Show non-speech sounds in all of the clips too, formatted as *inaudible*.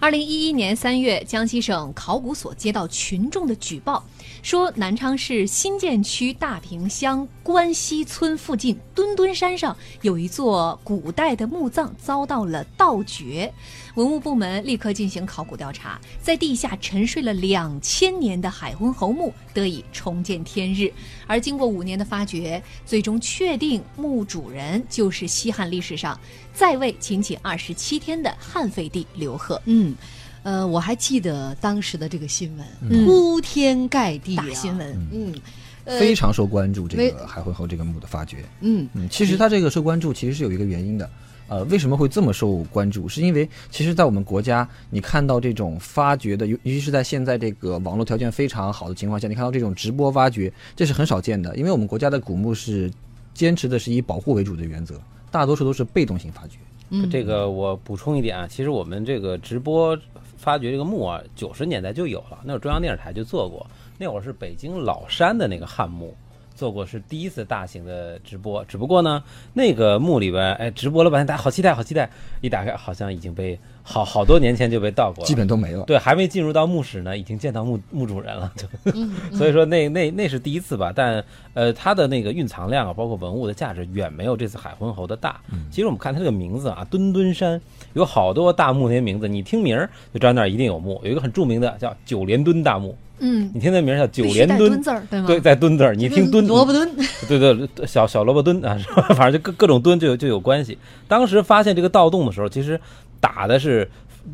二零一一年三月，江西省考古所接到群众的举报，说南昌市新建区大坪乡关西村附近墩墩山上有一座古代的墓葬遭到了盗掘。文物部门立刻进行考古调查，在地下沉睡了两千年的海昏侯墓得以重见天日。而经过五年的发掘，最终确定墓主人就是西汉历史上在位仅仅二十七天的汉废帝刘贺。嗯，呃，我还记得当时的这个新闻，嗯铺天盖地、啊、大新闻。嗯，呃非常受关注这没个海昏侯这个墓的发掘。嗯嗯，其实它这个受关注其实是有一个原因的。呃，为什么会这么受关注？是因为其实，在我们国家，你看到这种发掘的，尤尤其是在现在这个网络条件非常好的情况下，你看到这种直播挖掘，这是很少见的。因为我们国家的古墓是坚持的是以保护为主的原则，大多数都是被动性发掘。嗯，这个我补充一点啊，其实我们这个直播发掘这个墓啊，九十年代就有了，那会儿中央电视台就做过，那会儿是北京老山的那个汉墓。做过是第一次大型的直播，只不过呢，那个墓里边，哎，直播了半天，大家好期待，好期待，一打开好像已经被好好多年前就被盗过了，基本都没了。对，还没进入到墓室呢，已经见到墓墓主人了，就，嗯 *laughs* 所以说那那那是第一次吧，但呃，它的那个蕴藏量啊，包括文物的价值，远没有这次海昏侯的大。其实我们看它这个名字啊，墩墩山有好多大墓那些名字，你听名儿就知道那儿一定有墓。有一个很著名的叫九连墩大墓，嗯，你听那名儿叫九必须连带墩字，儿，对吗？对，在墩字儿，你听墩嗯萝卜蹲，对对，对小小萝卜蹲啊，是吧 *laughs* 反正就各各种蹲就有就有关系。当时发现这个盗洞的时候，其实打的是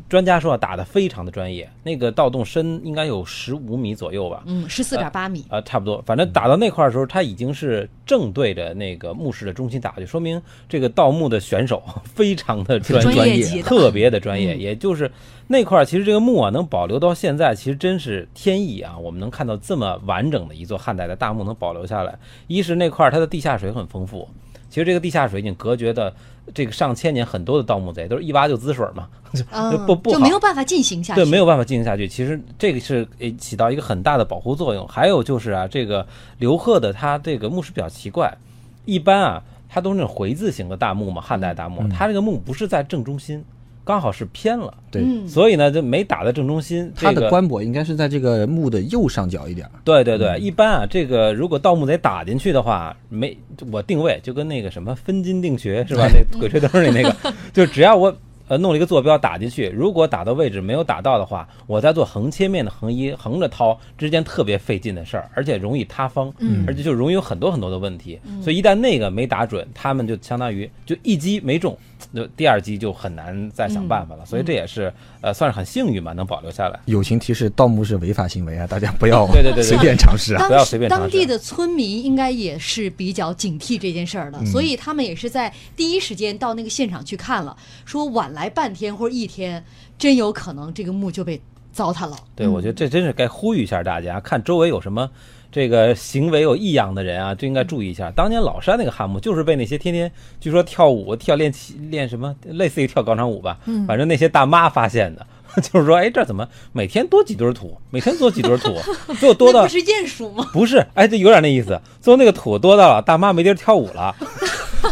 专家说啊，打的非常的专业，那个盗洞深应该有十五米左右吧。嗯，十四点八米，啊，差不多，反正打到那块儿的时候，他已经是正对着那个墓室的中心打过去，说明这个盗墓的选手 *laughs* 非常的专专业，业级的，特别的专业。嗯也就是那块儿，其实这个墓啊，能保留到现在，其实真是天意啊！我们能看到这么完整的一座汉代的大墓能保留下来，一是那块儿它的地下水很丰富，其实这个地下水已经隔绝的这个上千年很多的盗墓贼都是一挖就滋水嘛，嗯，啊不不就好没有办法进行下去，对，没有办法进行下去。其实这个是诶起到一个很大的保护作用。还有就是啊，这个刘贺的他这个墓室比较奇怪，一般啊，它都是那种回字形的大墓嘛，汉代大墓，嗯它这个墓不是在正中心，刚好是偏了，对，嗯，所以呢就没打在正中心。它这的个棺椁应该是在这个墓的右上角一点儿。对对对，一般啊，这个如果盗墓贼打进去的话，没我定位就跟那个什么分金定穴是吧？那鬼吹灯里那个，就只要我呃弄了一个坐标打进去，如果打到位置没有打到的话，我再做横切面的横移，横着掏之间特别费劲的事儿，而且容易塌方，嗯而且就容易有很多很多的问题。所以一旦那个没打准，他们就相当于就一击没中，就第二击就很难再想办法了。所以这也是呃算是很幸运吧，能保留下来。友情提示：盗墓是违法行为啊，大家不要对对对对随便尝试啊。不要当随时便尝试当地的村民应该也是比较警惕这件事嗯儿的，所以他们也是在第一时间到那个现场去看了，说晚来半天或者一天，真有可能这个墓就被糟蹋了。对，我觉得这真是该呼吁一下大家，看周围有什么这个行为有异样的人啊，就嗯应该注意一下。当年老山那个汉墓就是被那些天天据说跳舞、跳练气练什么，类似于跳广场舞吧，嗯反正那些大妈发现的。 *laughs* 就是说，哎，这怎么每天多几堆土，每天多几堆 *laughs* 土，最后多那到不是鼹鼠吗？不是，哎，这有点那意思。最后那个土多到了，大妈没地儿跳舞 *laughs* 了，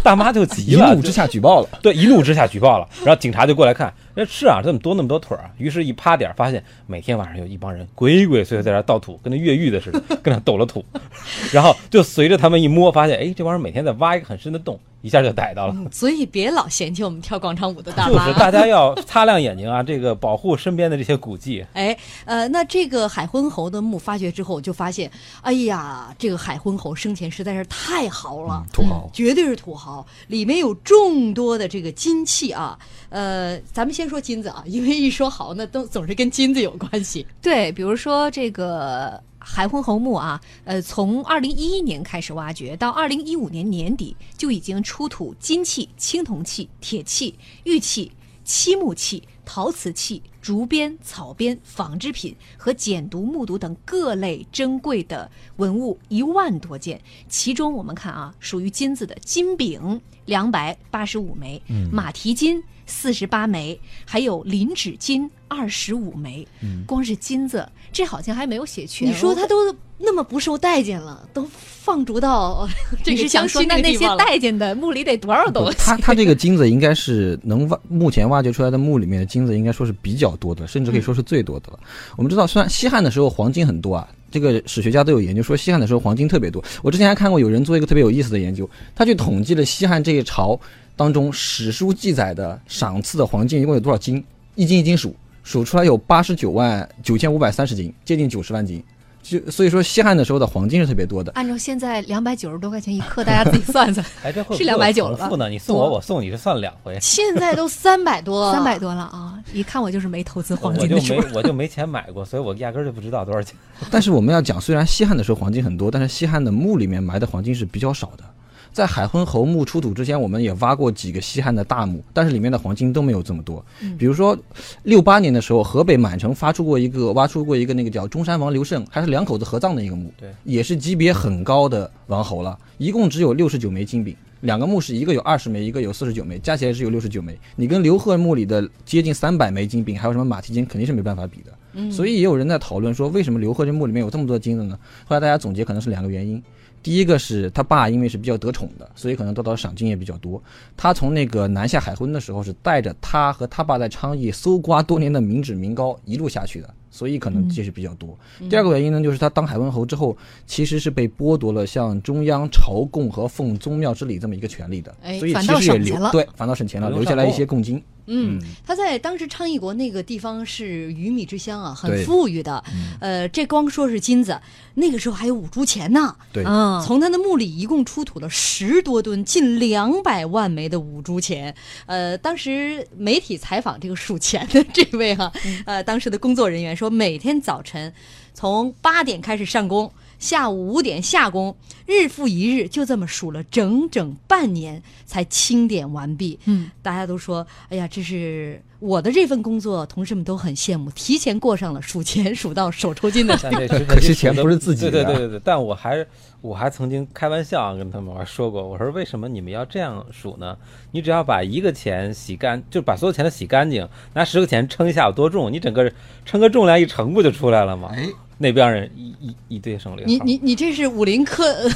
大妈就急一了，怒之就下举报了。对，一怒之下举报了，然后警察就过来看，那是啊，这么多那么多腿儿啊，于是，一趴点儿发现每天晚上有一帮人鬼鬼祟祟在那儿倒土，跟那越狱的似的，跟那抖了土， *laughs* 然后就随着他们一摸，发现哎，这帮人每天在挖一个很深的洞，一下就逮到了。嗯所以别老嫌弃我们跳广场舞的大啊就妈。是大家要擦亮眼睛啊，这个保护身边的这些古迹。哎，呃，那这个海昏侯的墓发掘之后，我就发现，哎呀，这个海昏侯生前实在是太豪了，土豪绝对是嗯土豪，里面有众多的这个金器啊。呃，咱们先说金子啊，因为一说豪呢，都总是跟金子有关系。对，比如说这个海昏侯墓啊，呃，从二零一一年开始挖掘，到二零一五年年底就已经出土金器、青铜器、铁器、玉器、漆木器、陶瓷器、竹编、草编、纺织品和简牍、木牍等各类珍贵的文物一万多件，其中嗯我们看啊，属于金子的金饼两百八十五枚，马蹄金、四十八枚，还有林纸巾二十五枚。嗯光是金子，这好像还没有写全。哦你说他他都那么不受待见了，都放逐到呃这你个是想江说西那个那地些方了。待见的墓里得多少不东西？它它这个金子应该是能挖，目前挖掘出来的墓里面的金子应该说是比较多的，甚嗯至可以说是最多的了。我们知道，虽然西汉的时候黄金很多啊，这个史学家都有研究说西汉的时候黄金特别多。我之前还看过有人做一个特别有意思的研究，他去统计了西汉这一朝当中史书记载的赏赐的黄金一共有多少斤，一斤一斤数，数出来有八十九万九千五百三十斤，接近九十万斤。就所以说，西汉的时候的黄金是特别多的。 *laughs* 按照现在两百九十多块钱一克，大家自己算算，哎，这会是不会290有重了复呢？你送我，多我送你，这算两回现在都三百多了， *laughs* 三百多了啊！一看我就是没投资我黄金就的主没。我就没钱买过，所以我压根儿就不知道多少钱。但是我们要讲，虽然西汉的时候黄金很多，但是西汉的墓里面埋的黄金是比较少的。在海昏侯墓出土之前，我们也挖过几个西汉的大墓，但是里面的黄金都没有这么多。比如说，六八年的时候，河北满城发出过一个挖出过一个那个叫中山王刘胜，还是两口子合葬的一个墓，对，也是级别很高的王侯了，一共只有六十九枚金饼。两个墓室，一个有二十枚，一个有四十九枚，加起来只有六十九枚。你跟刘贺墓里的接近三百枚金饼，还有什么马蹄金，肯定是没办法比的。嗯所以也有人在讨论说，为什么刘贺这墓里面有这么多金子呢？后来大家总结可能是两个原因，第一个是他爸因为是比较得宠的，所以可能得到的赏金也比较多。他从那个南下海昏的时候是带着他和他爸在昌邑搜刮多年的民脂民膏一路下去的，所以可能这是比较多。嗯第二个原因呢，就是他当海昏侯之后，其实是被剥夺了像中央朝贡和奉宗庙之礼这么一个权利的，哎所以反其倒实也省留钱了对反倒省钱了，不用留下上来一贡些贡金。嗯，他在当时昌邑国那个地方是鱼米之乡啊，很对富裕的。呃，这光说是金子，那个时候还有五铢钱呢。对，嗯，从他的墓里一共出土了十多吨，近两百万枚的五铢钱。呃，当时媒体采访这个数钱的这位哈、呃，当时的工作人员说，每天早晨从八点开始上工，下午五点下工，日复一日，就这么数了整整半年才清点完毕。嗯，大家都说，哎呀，这是我的这份工作，同事们都很羡慕，提前过上了数钱数到手 *laughs* 抽 *laughs* 筋的但这之前可惜就钱数得不是自己对的对对对对，但我还我还曾经开玩笑啊跟他们玩说过，我说为什么你们要这样数呢？你只要把一个钱洗干，就把所有钱都洗干净，拿十个钱称一下有多重，你整个称个重量一称不就出来了吗？哎，那边人一一一堆省略号。你你你这是武林客， *laughs*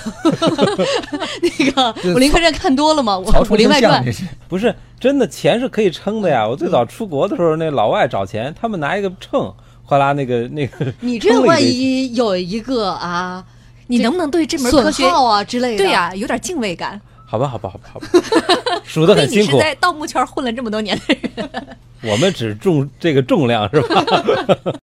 那是个武林客栈看多了吗？我曹武冲林称外象传这，是。不是真的，钱是可以称的呀。我最早出国的时候，那老外找钱，他们拿一个秤，哗啦那个那个，你这万一有一个啊你能不能对这门科损学耗啊之类的，对呀、有点敬畏感？好吧好吧好吧好 *laughs* 吧，数得对很你辛是苦。在盗墓圈混了这么多年的人。我们只重这个重量是吧？